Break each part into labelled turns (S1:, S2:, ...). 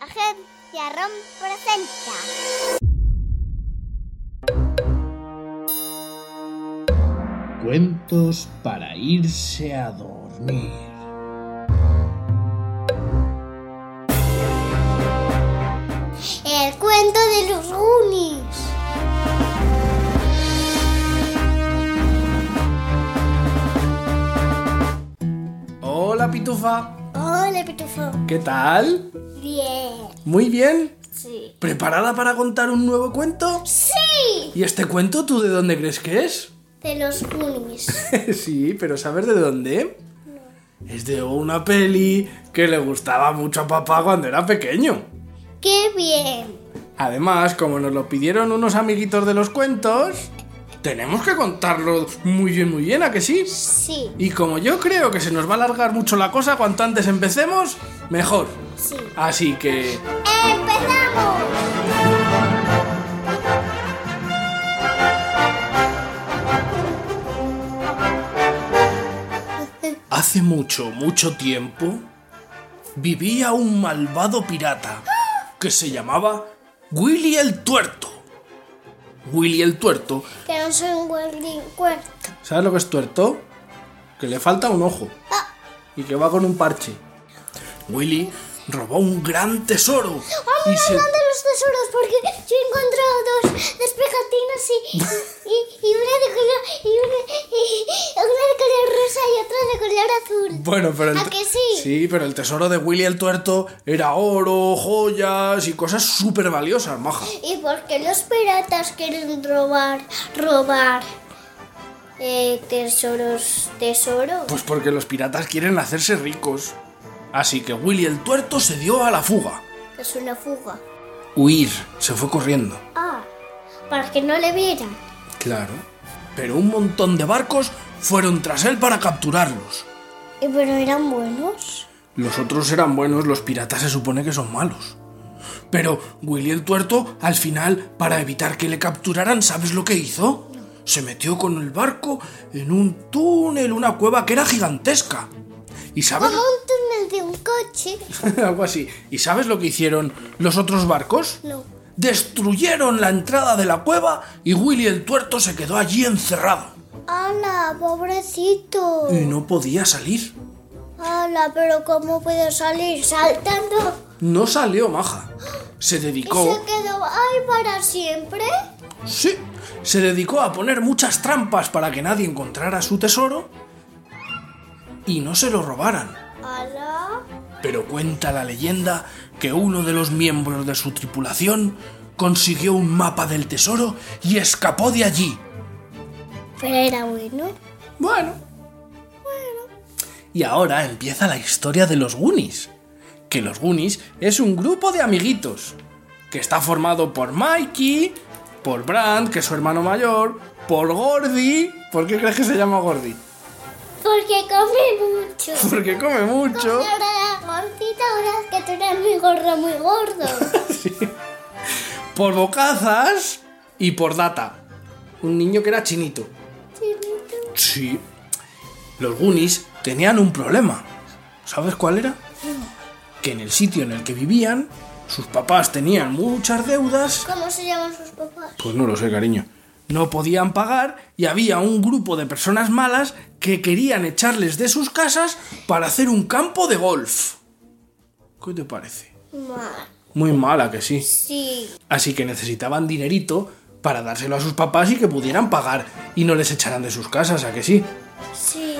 S1: Agencia ROM presenta.
S2: Cuentos para irse a dormir.
S1: El cuento de los Goonies.
S2: Hola, Pitufa.
S1: Hola, Pitufo.
S2: ¿Qué tal?
S1: Bien.
S2: Muy bien.
S1: Sí.
S2: ¿Preparada para contar un nuevo cuento?
S1: ¡Sí!
S2: ¿Y este cuento tú de dónde crees que es?
S1: De los Goonies.
S2: sí, pero ¿sabes de dónde? Es de una peli que le gustaba mucho a papá cuando era pequeño.
S1: ¡Qué bien!
S2: Además, como nos lo pidieron unos amiguitos de los cuentos, tenemos que contarlo muy bien, muy bien, ¿a que sí?
S1: Sí.
S2: Y como yo creo que se nos va a alargar mucho la cosa, cuanto antes empecemos, mejor.
S1: Sí.
S2: Así que...
S1: ¡Empezamos!
S2: Hace mucho, mucho tiempo, vivía un malvado pirata que se llamaba Willy el Tuerto. Willy el Tuerto.
S1: Que no soy un guardián cuarto.
S2: ¿Sabes lo que es tuerto? Que le falta un ojo. Y que va con un parche. Willy robó un gran tesoro.
S1: ¡Vamos
S2: y se-
S1: hablando de los tesoros! Porque yo he encontrado dos, dos pegatinas y, y, y una de color... Y una, y- y una de color rosa y otra de color azul.
S2: Bueno, pero el...
S1: ¿A que sí?
S2: Sí, pero el tesoro de Willy el Tuerto era oro, joyas y cosas súper valiosas, maja.
S1: ¿Y por qué los piratas quieren robar, robar eh, tesoros, tesoros?
S2: Pues porque los piratas quieren hacerse ricos. Así que Willy el Tuerto se dio a la fuga.
S1: Es una fuga.
S2: Huir. Se fue corriendo.
S1: Ah, para que no le vieran.
S2: Claro. Pero un montón de barcos fueron tras él para capturarlos.
S1: ¿Y pero eran buenos?
S2: Los otros eran buenos, los piratas se supone que son malos. Pero Willy el Tuerto, al final, para evitar que le capturaran, ¿sabes lo que hizo? Se metió con el barco en un túnel, una cueva que era gigantesca. ¿Y sabes?
S1: Como un túnel de un coche.
S2: Algo así. ¿Y sabes lo que hicieron los otros barcos?
S1: No.
S2: Destruyeron la entrada de la cueva y Willy el Tuerto se quedó allí encerrado.
S1: ¡Hala, pobrecito!
S2: Y no podía salir.
S1: ¡Hala, pero cómo puedo salir saltando!
S2: No salió maja. Se
S1: ¿Y
S2: dedicó.
S1: se quedó ahí para siempre?
S2: Sí, se dedicó a poner muchas trampas para que nadie encontrara su tesoro y no se lo robaran.
S1: ¡Hala!
S2: Pero cuenta la leyenda que uno de los miembros de su tripulación consiguió un mapa del tesoro y escapó de allí.
S1: Pero era bueno.
S2: Bueno. Y ahora empieza la historia de los Goonies. Que los Goonies es un grupo de amiguitos. Que está formado por Mikey, por Brand, que es su hermano mayor, por Gordy. ¿Por qué crees que se llama Gordy?
S1: Porque come mucho.
S2: Porque come mucho.
S1: Ahora, Gorcita, ahora es que tú eres muy gordo, muy gordo.
S2: Por Bocazas y por Data. Un niño que era chinito.
S1: Chinito.
S2: Sí. Los Goonies tenían un problema. ¿Sabes cuál era? Que en el sitio en el que vivían, sus papás tenían muchas deudas.
S1: ¿Cómo se llaman sus papás?
S2: Pues no lo sé, cariño. No podían pagar y había un grupo de personas malas que querían echarles de sus casas para hacer un campo de golf. ¿Qué te parece?
S1: Ma,
S2: Muy mala que sí.
S1: Sí.
S2: Así que necesitaban dinerito para dárselo a sus papás y que pudieran pagar y no les echaran de sus casas, ¿a que sí?
S1: Sí.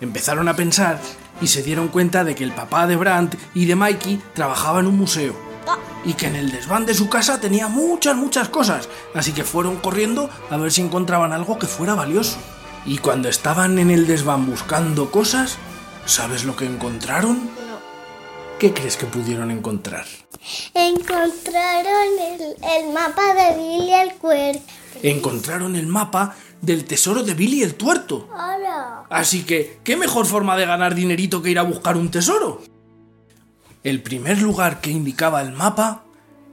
S2: Empezaron a pensar y se dieron cuenta de que el papá de Brandt y de Mikey trabajaba en un museo y que en el desván de su casa tenía muchas, muchas cosas. Así que fueron corriendo a ver si encontraban algo que fuera valioso. Y cuando estaban en el desván buscando cosas, ¿sabes lo que encontraron?
S1: No.
S2: ¿Qué crees que pudieron encontrar?
S1: Encontraron el, el mapa de Billy el Cuervo.
S2: Encontraron el mapa del tesoro de Billy el Tuerto.
S1: ¡Hola!
S2: Así que, ¿qué mejor forma de ganar dinerito que ir a buscar un tesoro? El primer lugar que indicaba el mapa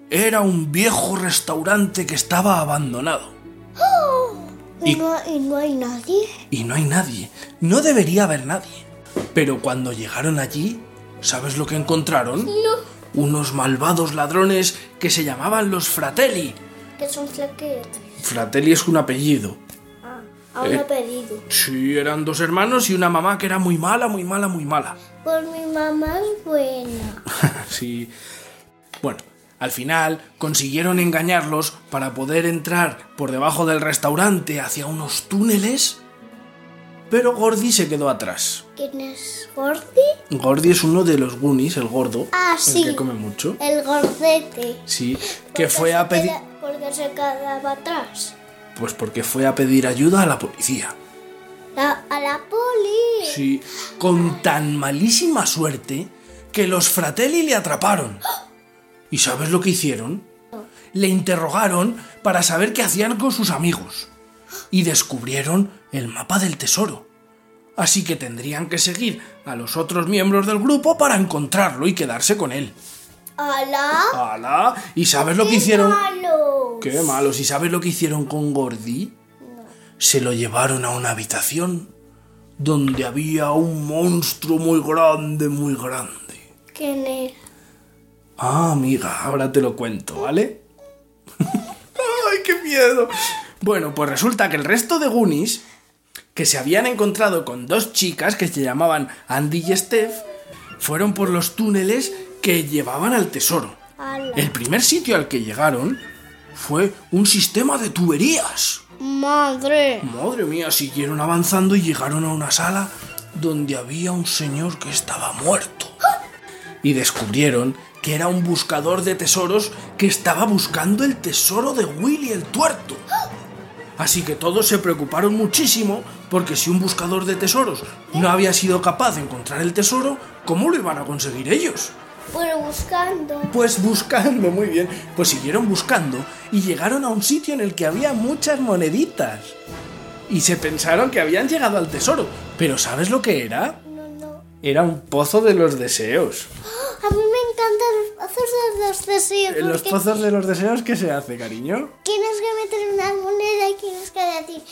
S2: era un viejo restaurante que estaba abandonado.
S1: ¿Y,
S2: Y-
S1: no, y no hay nadie.
S2: Y no hay nadie. No debería haber nadie. Pero cuando llegaron allí, ¿sabes lo que encontraron? Unos malvados ladrones que se llamaban los Fratelli.
S1: Que son flaquetes.
S2: Fratelli es un apellido.
S1: Ah, aún
S2: Eh.
S1: no he pedido.
S2: Sí, eran dos hermanos y una mamá que era muy mala, muy mala, muy mala.
S1: Por mi mamá es buena.
S2: Sí. Bueno, al final consiguieron engañarlos para poder entrar por debajo del restaurante hacia unos túneles. Pero Gordy se quedó atrás.
S1: ¿Quién es Gordy?
S2: Gordy es uno de los Goonies, el gordo.
S1: Ah, sí.
S2: El que come mucho.
S1: El gordete.
S2: Sí.
S1: Porque
S2: Que fue a
S1: se
S2: pedir.
S1: queda- Porque se quedaba atrás.
S2: Pues porque fue a pedir ayuda a la policía.
S1: La- a la poli.
S2: Sí. Con tan malísima suerte que los fratelli le atraparon. ¿Y sabes lo que hicieron? Le interrogaron para saber qué hacían con sus amigos. Y descubrieron el mapa del tesoro. Así que tendrían que seguir a los otros miembros del grupo para encontrarlo y quedarse con él.
S1: A la...
S2: ¡Hala! ¿Y sabes lo que hicieron?
S1: Malo.
S2: Qué malo. ¿Y sabes lo que hicieron con Gordy? Se lo llevaron a una habitación donde había un monstruo muy grande, muy grande.
S1: ¿Quién es?
S2: Ah, amiga, ahora te lo cuento, ¿vale? ¡Ay, qué miedo! Bueno, pues resulta que el resto de Goonies, que se habían encontrado con dos chicas que se llamaban Andy y Steph, fueron por los túneles que llevaban al tesoro.
S1: A la...
S2: El primer sitio al que llegaron fue un sistema de tuberías.
S1: Madre.
S2: Madre mía, siguieron avanzando y llegaron a una sala donde había un señor que estaba muerto. Y descubrieron que era un buscador de tesoros que estaba buscando el tesoro de Willy el tuerto. Así que todos se preocuparon muchísimo porque si un buscador de tesoros no había sido capaz de encontrar el tesoro, ¿cómo lo iban a conseguir ellos?
S1: Bueno, buscando.
S2: Pues buscando, muy bien. Pues siguieron buscando y llegaron a un sitio en el que había muchas moneditas. Y se pensaron que habían llegado al tesoro. Pero ¿sabes lo que era?
S1: No, no.
S2: Era un pozo de los deseos.
S1: A mí me encantan los pozos de los deseos.
S2: En
S1: Pues
S2: los
S1: porque
S2: pozos de los deseos, ¿qué se hace, cariño?
S1: Tienes que meter una moneda y tienes que decir.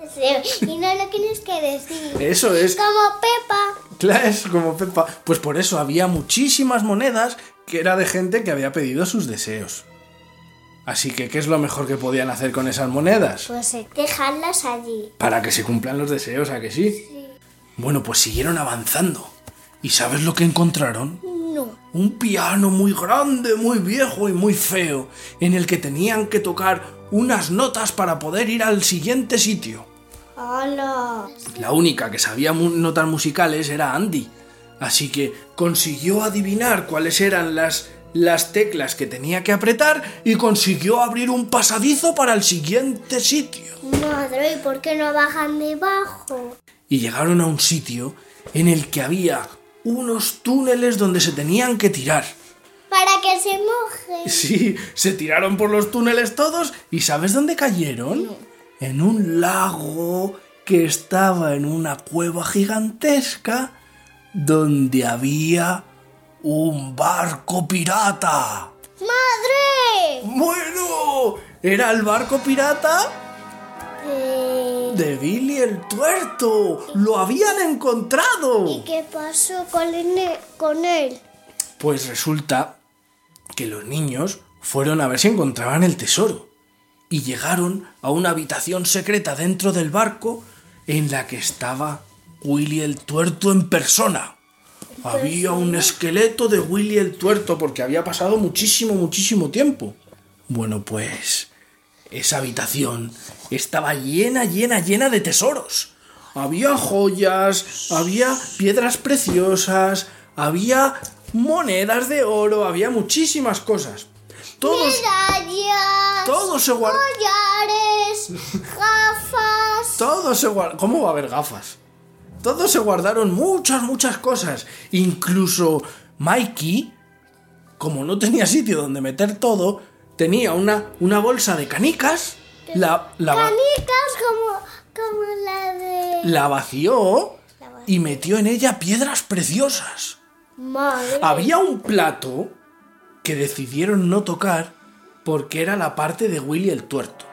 S1: Deseo. Y no lo tienes que decir.
S2: Eso es.
S1: Como Pepa.
S2: Claro, es como Pepa. Pues por eso había muchísimas monedas que era de gente que había pedido sus deseos. Así que, ¿qué es lo mejor que podían hacer con esas monedas?
S1: Pues eh, dejarlas allí.
S2: Para que se cumplan los deseos, ¿a que sí? Bueno, pues siguieron avanzando. ¿Y sabes lo que encontraron?
S1: No.
S2: Un piano muy grande, muy viejo y muy feo, en el que tenían que tocar unas notas para poder ir al siguiente sitio.
S1: Hola.
S2: La única que sabía mu- notas musicales era Andy, así que consiguió adivinar cuáles eran las, las teclas que tenía que apretar y consiguió abrir un pasadizo para el siguiente sitio.
S1: Madre, ¿y por qué no bajan debajo?
S2: y llegaron a un sitio en el que había unos túneles donde se tenían que tirar.
S1: Para que se moje.
S2: Sí, se tiraron por los túneles todos y ¿sabes dónde cayeron? En un lago que estaba en una cueva gigantesca donde había un barco pirata.
S1: ¡Madre!
S2: Bueno, era el barco pirata
S1: Eh,
S2: de Billy el Tuerto. Lo habían encontrado.
S1: ¿Y qué pasó con él? Con él?
S2: Pues resulta que los niños fueron a ver si encontraban el tesoro y llegaron a una habitación secreta dentro del barco en la que estaba Willy el Tuerto en persona. Había un esqueleto de Willy el Tuerto porque había pasado muchísimo, muchísimo tiempo. Bueno, pues esa habitación estaba llena, llena, llena de tesoros. Había joyas, había piedras preciosas, había monedas de oro, había muchísimas cosas. Todos,
S1: Medallas.
S2: todos se guardaron.
S1: Collares. Gafas.
S2: Todos se guardaron. ¿Cómo va a haber gafas? Todos se guardaron muchas, muchas cosas. Incluso Mikey, como no tenía sitio donde meter todo, tenía una, una bolsa de canicas. La, la, va-
S1: Canicas como, como la de...
S2: la vació y metió en ella piedras preciosas.
S1: Madre.
S2: Había un plato que decidieron no tocar porque era la parte de Willy el tuerto.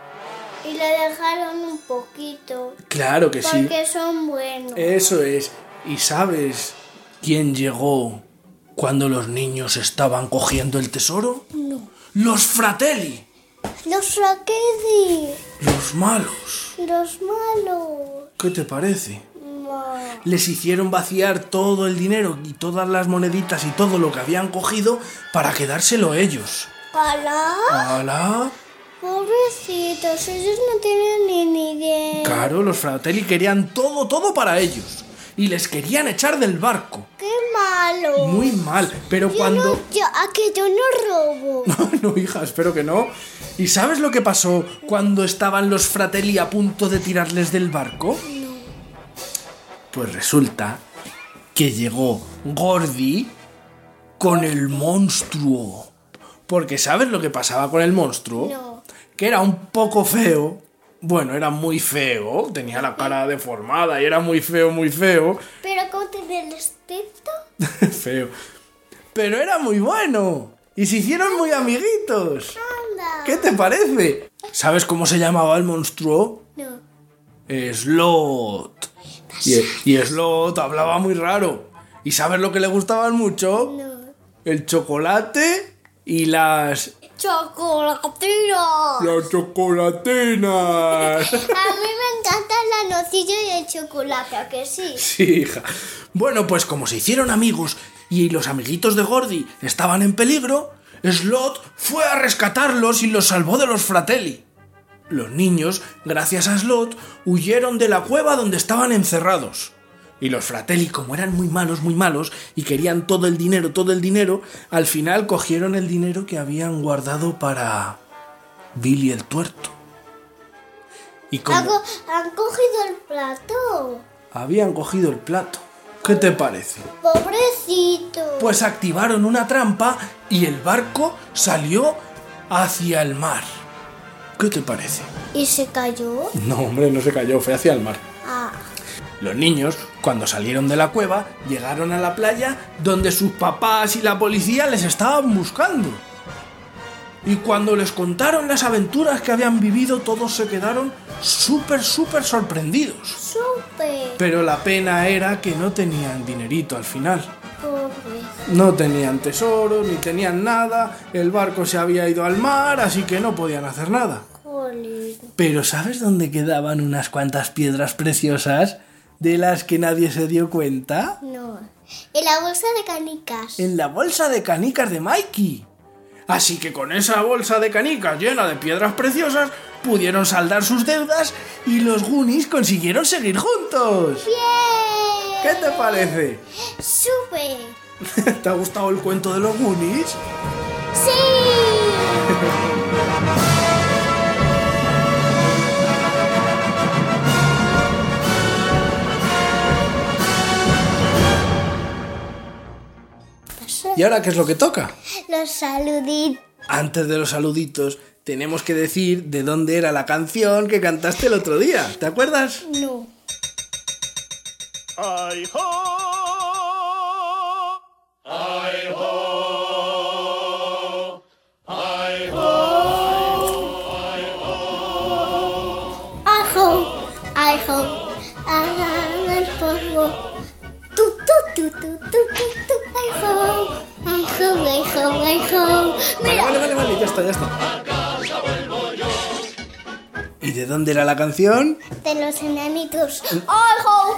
S1: Y lo dejaron un poquito.
S2: Claro que sí. Eh.
S1: Porque son buenos.
S2: Eso es. ¿Y sabes quién llegó cuando los niños estaban cogiendo el tesoro? Los fratelli,
S1: Los saqué de
S2: los malos.
S1: los malos.
S2: ¿Qué te parece?
S1: Ma-
S2: Les hicieron vaciar todo el dinero y todas las moneditas y todo lo que habían cogido para quedárselo ellos.
S1: Ojalá.
S2: ¡Hala!
S1: Pobrecitos, ellos no tienen ni- ni idea.
S2: Claro, los fratelli querían todo, todo para ellos. Y les querían echar del barco.
S1: Qué malo.
S2: Muy mal. Pero
S1: Yo no-
S2: cuando...
S1: yo, a que yo no robo.
S2: no, hija, espero que no. ¿Y sabes lo que pasó cuando estaban los fratelli a punto de tirarles del barco? Pues resulta que llegó Gordy con el monstruo. Porque ¿sabes lo que pasaba con el monstruo?
S1: No.
S2: Que era un poco feo. Bueno, era muy feo, tenía la cara deformada y era muy feo, muy feo.
S1: Pero ¿cómo te del aspecto?
S2: feo. Pero era muy bueno. Y se hicieron muy amiguitos.
S1: Anda.
S2: ¿Qué te parece? ¿Sabes cómo se llamaba el monstruo?
S1: No.
S2: Slot. Y, y Slot hablaba muy raro. ¿Y sabes lo que le gustaban mucho?
S1: No.
S2: El chocolate y las...
S1: Chocolatino.
S2: ¡Las chocolatinas!
S1: A mí me encanta la nocilla y el chocolate, ¿a que sí?
S2: Sí, hija. Bueno, pues como se hicieron amigos y los amiguitos de Gordy estaban en peligro, Slot fue a rescatarlos y los salvó de los fratelli. Los niños, gracias a Slot, huyeron de la cueva donde estaban encerrados. Y los fratelli, como eran muy malos, muy malos, y querían todo el dinero, todo el dinero, al final cogieron el dinero que habían guardado para Billy el tuerto. Y como...
S1: Hago- han cogido el plato.
S2: Habían cogido el plato. ¿Qué te parece?
S1: Pobrecito.
S2: Pues activaron una trampa y el barco salió hacia el mar. ¿Qué te parece?
S1: ¿Y se cayó?
S2: No, hombre, no se cayó, fue hacia el mar.
S1: Ah,
S2: Los niños, cuando salieron de la cueva, llegaron a la playa donde sus papás y la policía les estaban buscando. Y cuando les contaron las aventuras que habían vivido, todos se quedaron súper, súper sorprendidos.
S1: súper.
S2: Pero la pena era que no tenían dinerito al final.
S1: Pobre.
S2: No tenían tesoro, ni tenían nada, el barco se había ido al mar, así que no podían hacer nada.
S1: Jolín.
S2: Pero ¿sabes dónde quedaban unas cuantas piedras preciosas de las que nadie se dio cuenta?
S1: No. En la bolsa de canicas.
S2: En la bolsa de canicas de Mikey. Así que con esa bolsa de canicas llena de piedras preciosas, pudieron saldar sus deudas y los Goonies consiguieron seguir juntos.
S1: ¡Bien!
S2: ¿Qué te parece?
S1: ¡Súper!
S2: ¿Te ha gustado el cuento de los Goonies?
S1: ¡Sí!
S2: ¿Y ahora qué es lo que toca?
S1: Los saluditos.
S2: Antes de los saluditos, tenemos que decir de dónde era la canción que cantaste el otro día. ¿Te acuerdas?
S1: No.
S3: Ay, ho! Ay, ho! Ay, ho!
S1: Ajo, ajo, ajo, el polvo. Tu, tu, tu, tu, tu, tu, tu, ajo, ajo, ajo, ajo.
S2: Vale,
S1: Mira,
S2: vale, vale, vale, ya está, ya está. ¿Y de dónde era la canción?
S1: de los enanitos. Ajo,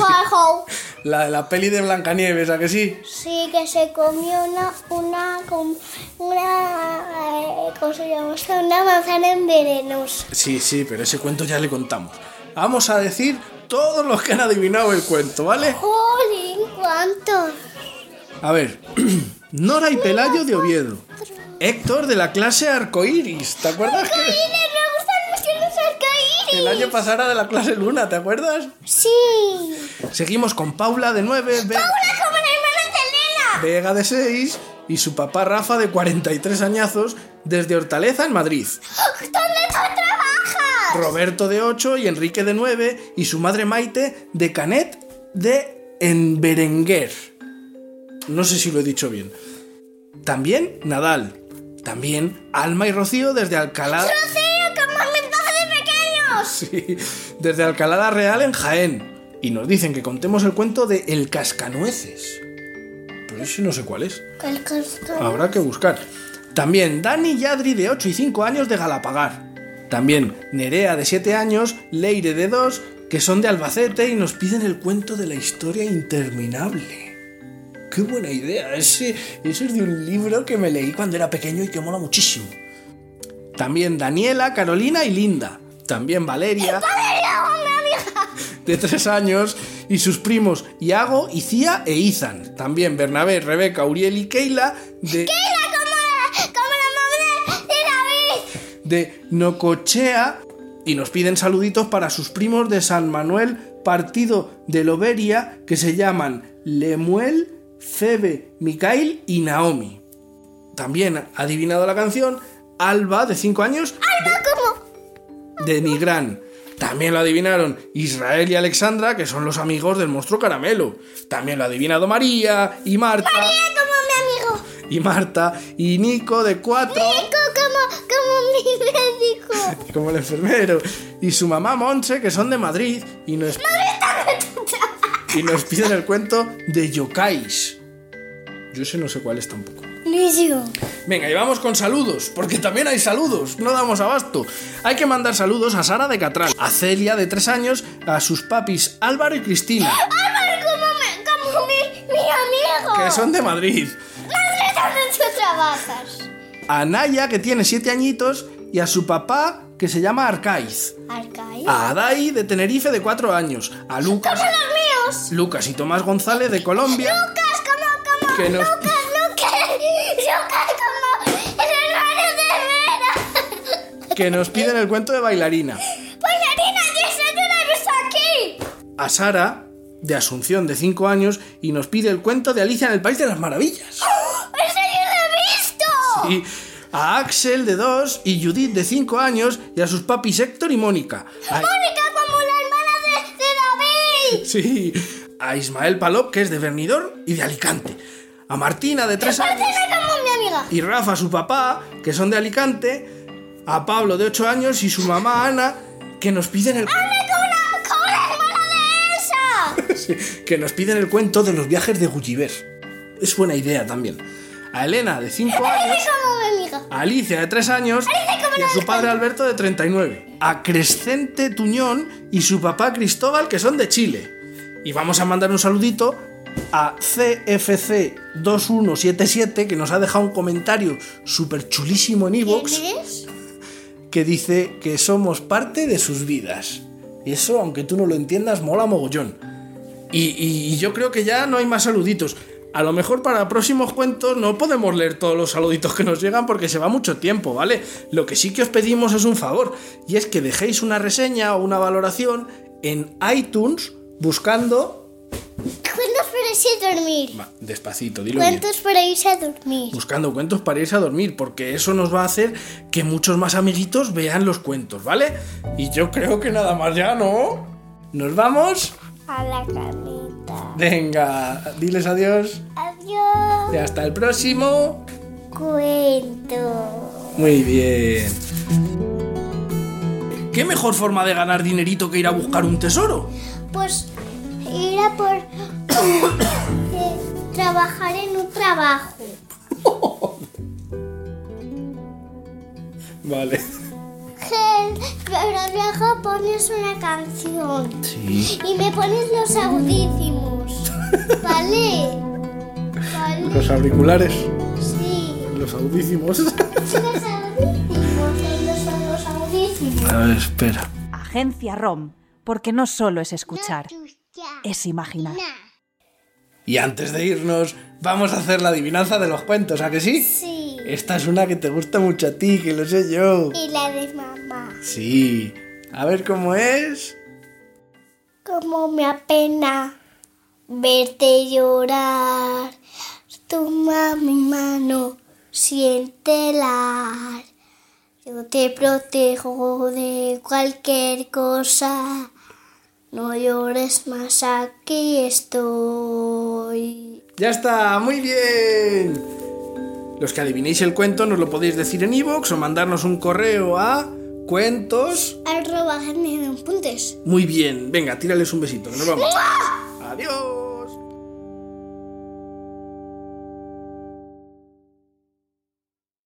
S1: ajo.
S2: La de la peli de Blancanieves, ¿a que sí?
S1: Sí, que se comió una, una, con- una, eh, ¿cómo se llama esto? Una manzana en venenos.
S2: Sí, sí, pero ese cuento ya le contamos. Vamos a decir todos los que han adivinado el cuento, ¿vale?
S1: ¡Jolín, cuánto!
S2: A ver, Nora y Pelayo de Oviedo. Héctor de la clase Arcoiris, ¿te acuerdas? Que
S1: ¡Mira, me gustan mucho los arcoíris!
S2: el año pasado era de la clase Luna, ¿te acuerdas?
S1: Sí.
S2: Seguimos con Paula de 9.
S1: ¡Paula, como la hermana de Elena!
S2: Vega de 6 y su papá Rafa de 43 añazos desde Hortaleza en Madrid.
S1: ¿Dónde tú trabajas?
S2: Roberto de 8 y Enrique de 9 y su madre Maite de Canet de Enberenguer. No sé si lo he dicho bien. También Nadal. También Alma y Rocío desde Alcalá.
S1: Rocío, como mis padres de pequeños.
S2: Sí, desde Alcalá la Real en Jaén. Y nos dicen que contemos el cuento de El Cascanueces. Pero ese no sé cuál es.
S1: ¿Cuál costó?
S2: Habrá que buscar. También Dani y Adri de 8 y 5 años de Galapagar. También Nerea de 7 años, Leire de 2, que son de Albacete y nos piden el cuento de la historia interminable. Qué buena idea, ese, ese es de un libro que me leí cuando era pequeño y que mola muchísimo. También Daniela, Carolina y Linda. También Valeria, de 3 años, y sus primos Iago, Icía e Izan. También Bernabé, Rebeca, Uriel y Keila de...
S1: Mira como la, como la madre de David.
S2: de Nocochea y nos piden saluditos para sus primos de San Manuel, partido de Loberia, que se llaman Lemuel, Febe, Micael y Naomi. También ha adivinado la canción Alba, de 5 años,
S1: Alba, como.
S2: de Nigrán. También lo adivinaron Israel y Alexandra, que son los amigos del monstruo caramelo. También lo ha adivinado María y Marta
S1: Mira como mi amigo.
S2: y Marta y Nico de 4.
S1: Nico, como, como mi médico.
S2: como el enfermero, y su mamá Monse, que son de Madrid, y nos, y nos piden el cuento de yokais. Yo ese no sé cuál es tampoco.
S1: Luisio.
S2: Venga, y vamos con saludos, porque también hay saludos, no damos abasto. Hay que mandar saludos a Sara de Catral, a Celia de 3 años, a sus papis Álvaro y Cristina,
S1: Álvaro, como, me- como mi, mi amigo.
S2: que son de Madrid,
S1: Madre, ¿dónde tú trabajas?
S2: a Naya, que tiene 7 añitos, y a su papá, que se llama Arcaiz,
S1: Arcaí.
S2: a Adai de Tenerife de 4 años, a Lucas,
S1: Como los míos.
S2: Lucas y Tomás González de Colombia.
S1: Lucas, como, como.
S2: Que nos-
S1: Lucas, Lucas. Lucas, como. El hermano de Vera.
S2: que nos piden el cuento de bailarina.
S1: Bailarina, 10 años la ves aquí.
S2: A Sara, de Asunción, de 5 años, y nos pide el cuento de Alicia en el País de las Maravillas.
S1: ¡Eso yo lo he visto!
S2: Y a Axel, de 2, y Judith, de 5 años, y a sus papis Héctor y Mónica. A,
S1: Mónica, como la hermana de, de David.
S2: sí, a Ismael Palop, que es de Bernidor y de Alicante. A Martina, de 3 años,
S1: Martina, como mi amiga.
S2: y Rafa, su papá, que son de Alicante. A Pablo, de 8 años, y su mamá Ana, que nos piden el...
S1: Ana, como la, como la hermana de Elsa.
S2: Sí, que nos piden el cuento de los viajes de Gulliver. Es buena idea también. A Elena, de 5 años,
S1: Alicia, como mi amiga.
S2: a Alicia, de 3 años,
S1: Alicia, ¿cómo
S2: y a
S1: no
S2: su
S1: es
S2: padre
S1: cuento?
S2: Alberto, de 39. A Crescente Tuñón y su papá Cristóbal, que son de Chile. Y vamos a mandar un saludito a CFC2177, que nos ha dejado un comentario súper chulísimo en Evox,
S1: ¿Quién es?
S2: que dice que somos parte de sus vidas. Y eso, aunque tú no lo entiendas, mola mogollón. Y, y- y yo creo que ya no hay más saluditos. A lo mejor para próximos cuentos no podemos leer todos los saluditos que nos llegan porque se va mucho tiempo, ¿vale? Lo que sí que os pedimos es un favor, y es que dejéis una reseña o una valoración en iTunes buscando...
S1: ¿Cuántos para irse a dormir?
S2: Va, despacito, dilo bien.
S1: ¿Cuántos para irse a dormir?
S2: buscando cuentos para irse a dormir, porque eso nos va a hacer que muchos más amiguitos vean los cuentos, ¿vale? Y yo creo que nada más ya, ¿no? ¿Nos vamos?
S1: A la camita.
S2: Venga, diles adiós
S1: Adiós.
S2: y hasta el próximo.
S1: Cuento.
S2: Muy bien. ¿Qué mejor forma de ganar dinerito que ir a buscar un tesoro?
S1: Pues ir a por eh, trabajar en un trabajo.
S2: Vale.
S1: Gel, pero luego pones una canción
S2: Sí.
S1: y me pones los audísimos. ¿Vale? ¿Vale?
S2: Los auriculares,
S1: Sí.
S2: los audísimos.
S1: Los audísimos, ellos son los audísimos.
S2: A ver, espera.
S4: Agencia ROM, porque no solo es escuchar,
S1: Chucha.
S4: es imaginar.
S2: Y antes de irnos, vamos a hacer la adivinanza de los cuentos, ¿a que sí?
S1: Sí.
S2: Esta es una que te gusta mucho a ti, que lo sé yo.
S1: Y la de mamá.
S2: Sí. A ver cómo es.
S1: Como me apena verte llorar, Toma mi mano, siéntela. Yo te protejo de cualquier cosa. No llores más, aquí estoy.
S2: Ya está, muy bien. Los que adivinéis el cuento nos lo podéis decir en iVoox o mandarnos un correo a cuentos.
S1: Arroba Jaime en puntes.
S2: Muy bien, venga, tírales un besito, que nos vamos. Adiós.